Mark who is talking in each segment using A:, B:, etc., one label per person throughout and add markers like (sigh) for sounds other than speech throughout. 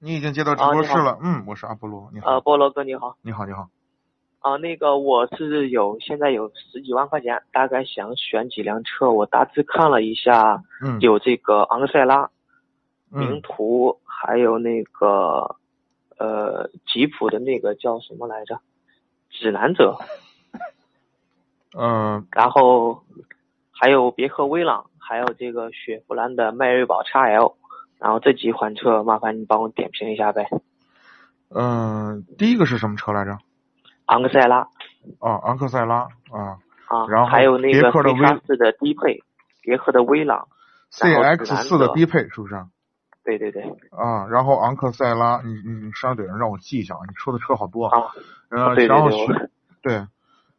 A: 你已经接到直
B: 啊
A: 播
B: 你
A: 室
B: 好
A: 了。嗯，我是阿波罗，你好，
B: 呃，菠萝哥你好，
A: 你好，你好。
B: 啊，那个我是有现在有十几万块钱，大概想选几辆车，我大致看了一下，
A: 嗯，
B: 有这个昂克赛拉、名
A: 嗯，
B: 图，还有那个呃吉普的那个叫什么来着？指南者，
A: 呃，
B: 然后还有别克威朗，还有这个雪佛兰的迈锐宝 XL，然后这几款车麻烦你帮我点评一下呗。
A: 呃，第一个是什么车来着？
B: 昂克赛拉，
A: 哦，昂克赛拉啊
B: 啊，
A: 然后
B: 还有那
A: 别
B: 个
A: 克的
B: C 叉
A: 威
B: 四的低配，别克的威朗，然后指
A: ，CX
B: 南
A: 四的
B: 者
A: 低配是不是啊？
B: 对对对，
A: 啊，然后昂克赛拉，你你你上嘴上让我记一下啊，你说的车好多，
B: 啊，
A: 呃，
B: 对对
A: 然后
B: 对，
A: 雪
B: 我
A: 对，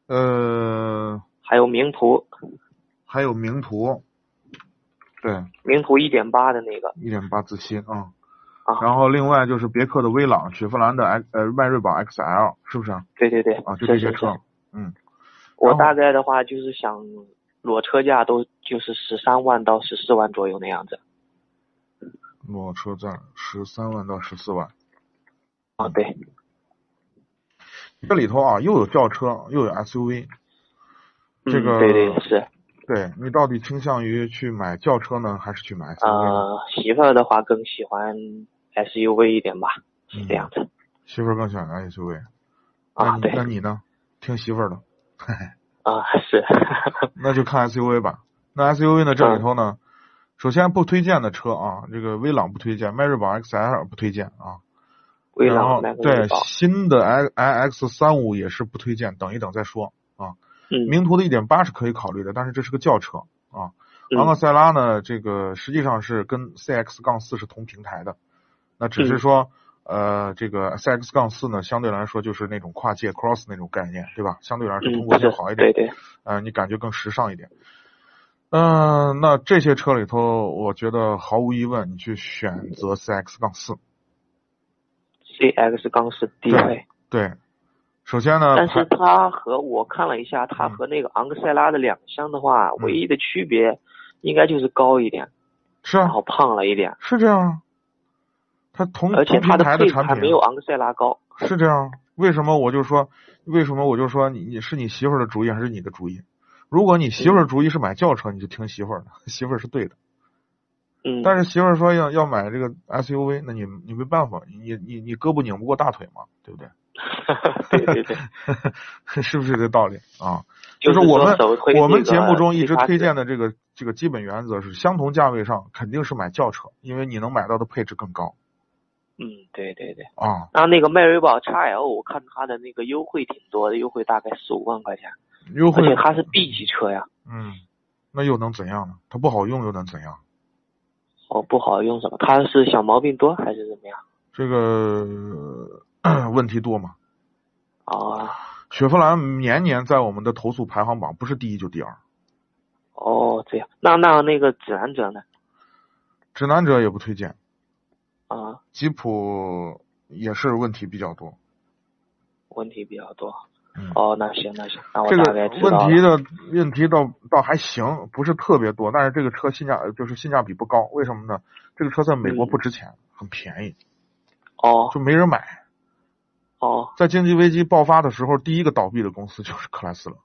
A: 呃，
B: 还有名图，
A: 还有名图，对，
B: 名图一点八的那个，
A: 一点八自吸啊
B: 啊，
A: 然后另外就是别克的威朗、雪佛兰的 X 呃迈锐宝 XL 是不是啊？
B: 对对对，
A: 啊，就是这些
B: 是
A: 车
B: 是，，
A: 嗯，
B: 我
A: 然后
B: 大概的话就是想裸车价都就是十三万到十四万左右那样子，
A: 裸车在十三万到十四万。
B: 啊对，
A: 这里头啊，又有轿车，又有 SUV，这
B: 嗯
A: 个
B: 对对是，
A: 对你到底倾向于去买轿车呢，还是去买 SUV？呢、嗯
B: 呃，媳妇儿的话更喜欢 SUV 一点吧，是
A: 嗯
B: 这样子，
A: 媳妇儿更喜欢 SUV，
B: 啊
A: 那你
B: 对，
A: 那你呢？听媳妇儿的， (laughs)
B: 啊是，
A: 那就看 SUV 吧。那 SUV 呢，这里头呢，首先不推荐的车啊，这个威朗不推荐，迈锐宝 XL 不推荐啊。
B: 威
A: 然
B: 朗
A: 后
B: 迈克
A: 对
B: 瑞宝，
A: 新的 i iX 三五也是不推荐，等一等再说。
B: 嗯
A: 名图的一点八是可以考虑的，但是这是个轿车啊。
B: 嗯
A: 昂克赛拉呢，这个实际上是跟 CX 杠四是同平台的，那只是
B: 嗯
A: 说，呃，这个 CX 杠四呢，相对来说就是那种跨界 cross 那种概念，对吧？相对来说
B: 嗯
A: 通过
B: 是
A: 性好一
B: 对
A: 点，
B: 对，
A: 呃，你感觉更时尚一点。嗯、那这些车里头，我觉得毫无疑问，你去选择 CX 杠四。
B: CX 杠是低
A: 对
B: 配。
A: 对，首先呢，
B: 但是
A: 排
B: 它和我看了一下，
A: 嗯
B: 它和那个昂克赛拉的两厢的话，唯一的区别应该就是高一点，
A: 是啊
B: 然，后胖了一点，
A: 是这样啊，它同
B: 而且
A: 同
B: 它
A: 平
B: 的
A: 台
B: 配置
A: 产
B: 还
A: 嗯品
B: 没有昂克赛拉高。
A: 是这样，为什么我就说，为什么我就说你你是你媳妇儿的主意还是你的主意？如果你媳妇儿的主意是买轿车，你就听媳妇儿的， (laughs) 媳妇儿是对的。
B: 嗯，
A: 但是媳妇儿说要要买这个 SUV，那你你没办法，你你你胳膊拧不过大腿嘛，对不对？ (laughs)
B: (laughs) 对对对，
A: 是不是这道理啊？
B: 就
A: 就是是我们
B: 说手推
A: 我们
B: 那个
A: 节目中一直
B: C 叉
A: 推
B: 四
A: 荐的这个这个基本原则是，相同价位上肯定是买轿车，因为你能买到的配置更高
B: 嗯，对对对。
A: 啊。
B: 然后那个迈锐宝 XL，我看它的那个优惠挺多的，优惠大概十五万块钱，
A: 优
B: 而
A: 惠
B: 且它是 B 级车呀，
A: 嗯，那又能怎样呢？它不好用又能怎样？
B: 哦，不好用什么？它是小毛病多还是怎么样？
A: 这个呃问题多嘛？
B: 哦
A: 雪佛兰年年在我们的投诉排行榜不是第一就第二，
B: 哦，这样，那那那个指南者呢？
A: 指南者也不推荐，
B: 啊，
A: 吉普也是问题比较多。
B: 问题比较多。
A: 嗯
B: 哦，那行那行，那我
A: 这
B: 大
A: 个
B: 概知道
A: 问
B: 了。
A: 题的问题倒倒还行，不是特别多，但是这个车性价就是性价比不高，为什么呢？这个车在美国
B: 嗯
A: 不值钱，很便宜，
B: 哦
A: 就没人买。
B: 哦
A: 在经济危机爆发的时候，第一个倒闭的公司就是克莱斯勒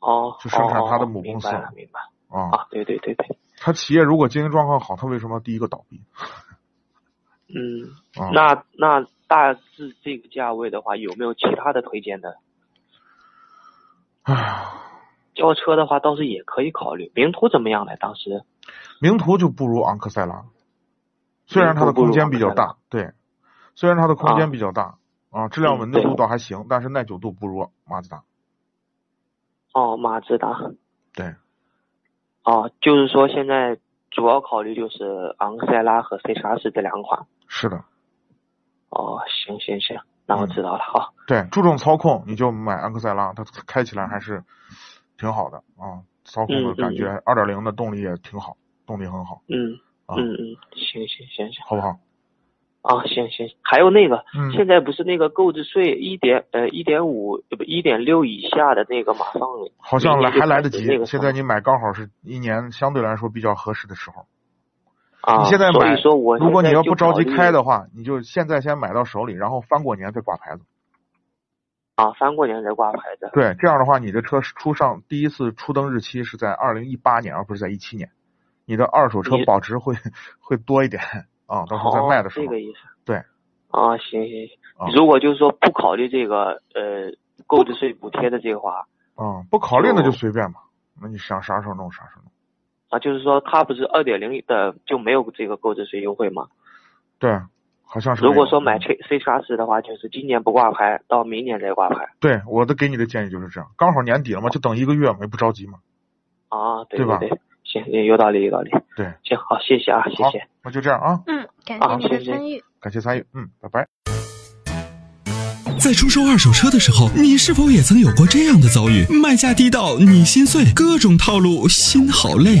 B: 哦，
A: 就生产它的母
B: 哦
A: 公司
B: 明白了，明白了。
A: 啊。
B: 啊，对对对对，
A: 他企业如果经营状况好，他为什么要第一个倒闭
B: 嗯，
A: 啊？
B: 那那大致这个价位的话，有没有其他的推荐的？
A: 哎呀，
B: 轿车的话倒是也可以考虑，名图怎么样呢？当时
A: 名图就不如昂克赛拉，虽然它的空间比较大，对，虽然它的空间
B: 啊
A: 比较大啊，质量
B: 嗯
A: 稳定
B: 对
A: 度倒还行，但是耐久度不如马自达。
B: 哦，马自达。
A: 对，
B: 哦，就是说现在主要考虑就是昂塞拉和 C 叉四这两款。
A: 是的，
B: 哦，行行行，那
A: 嗯
B: 我知道了。好，
A: 对，注重操控，你就买昂克赛拉，它开起来还是挺好的啊，操控
B: 嗯
A: 的感
B: 嗯
A: 觉，二点零的动力也挺好，动力很好，
B: 嗯
A: 啊
B: 嗯嗯，行行行行，
A: 好不好？
B: 啊、行行，还有那个，
A: 嗯
B: 现在不是那个购置税一点呃一点五不一点六以下的那个马上
A: 好像来
B: 明年就
A: 还来得
B: 开
A: 及
B: 始那，个
A: 现
B: 什
A: 在
B: 么
A: 你买刚好是一年相对来说比较合适的时候。
B: 啊，
A: 你现在
B: 所
A: 买，
B: 以说我
A: 如果
B: 现
A: 你
B: 在
A: 要
B: 就
A: 不着急
B: 考虑
A: 开的话，你就现在先买到手里，然后翻过年再挂牌子。
B: 啊，翻过年再挂牌子。
A: 对，这样的话，你的车是出上第一次出登日期是在二零一八年，而不是在一七年，你的二手车
B: 你
A: 保值会会多一点啊，到时候再卖的时
B: 哦、这
A: 候。
B: 个意思。
A: 对。
B: 啊，行行行，
A: 啊
B: 如果就是说不考虑这个呃购置税补贴的这个话
A: 啊、不考虑那就
B: 哦
A: 随便吧，那你想啥时候弄啥时候弄。
B: 啊，就是说它不是二点零的就没有这个购置税优惠吗？
A: 对，好像是没有。
B: 如果说买
A: 嗯
B: C C 叉四的话，就是今年不挂牌，到明年再挂牌
A: 对我的给你的建议就是这样，刚好年底了嘛，就等一个月嘛，也不着急嘛。
B: 啊。对
A: 对吧
B: 对，行，有道理有道理。
A: 对，
B: 行，好，谢谢啊，谢
A: 好
B: 谢。，
A: 那就这样啊，
C: 嗯，感
B: 啊
C: 谢您的
B: 谢谢
C: 参与。
A: 感谢参与，嗯，拜拜。
D: 在出售二手车的时候，你是否也曾有过这样的遭遇？卖价低到你心碎，各种套路，心好累。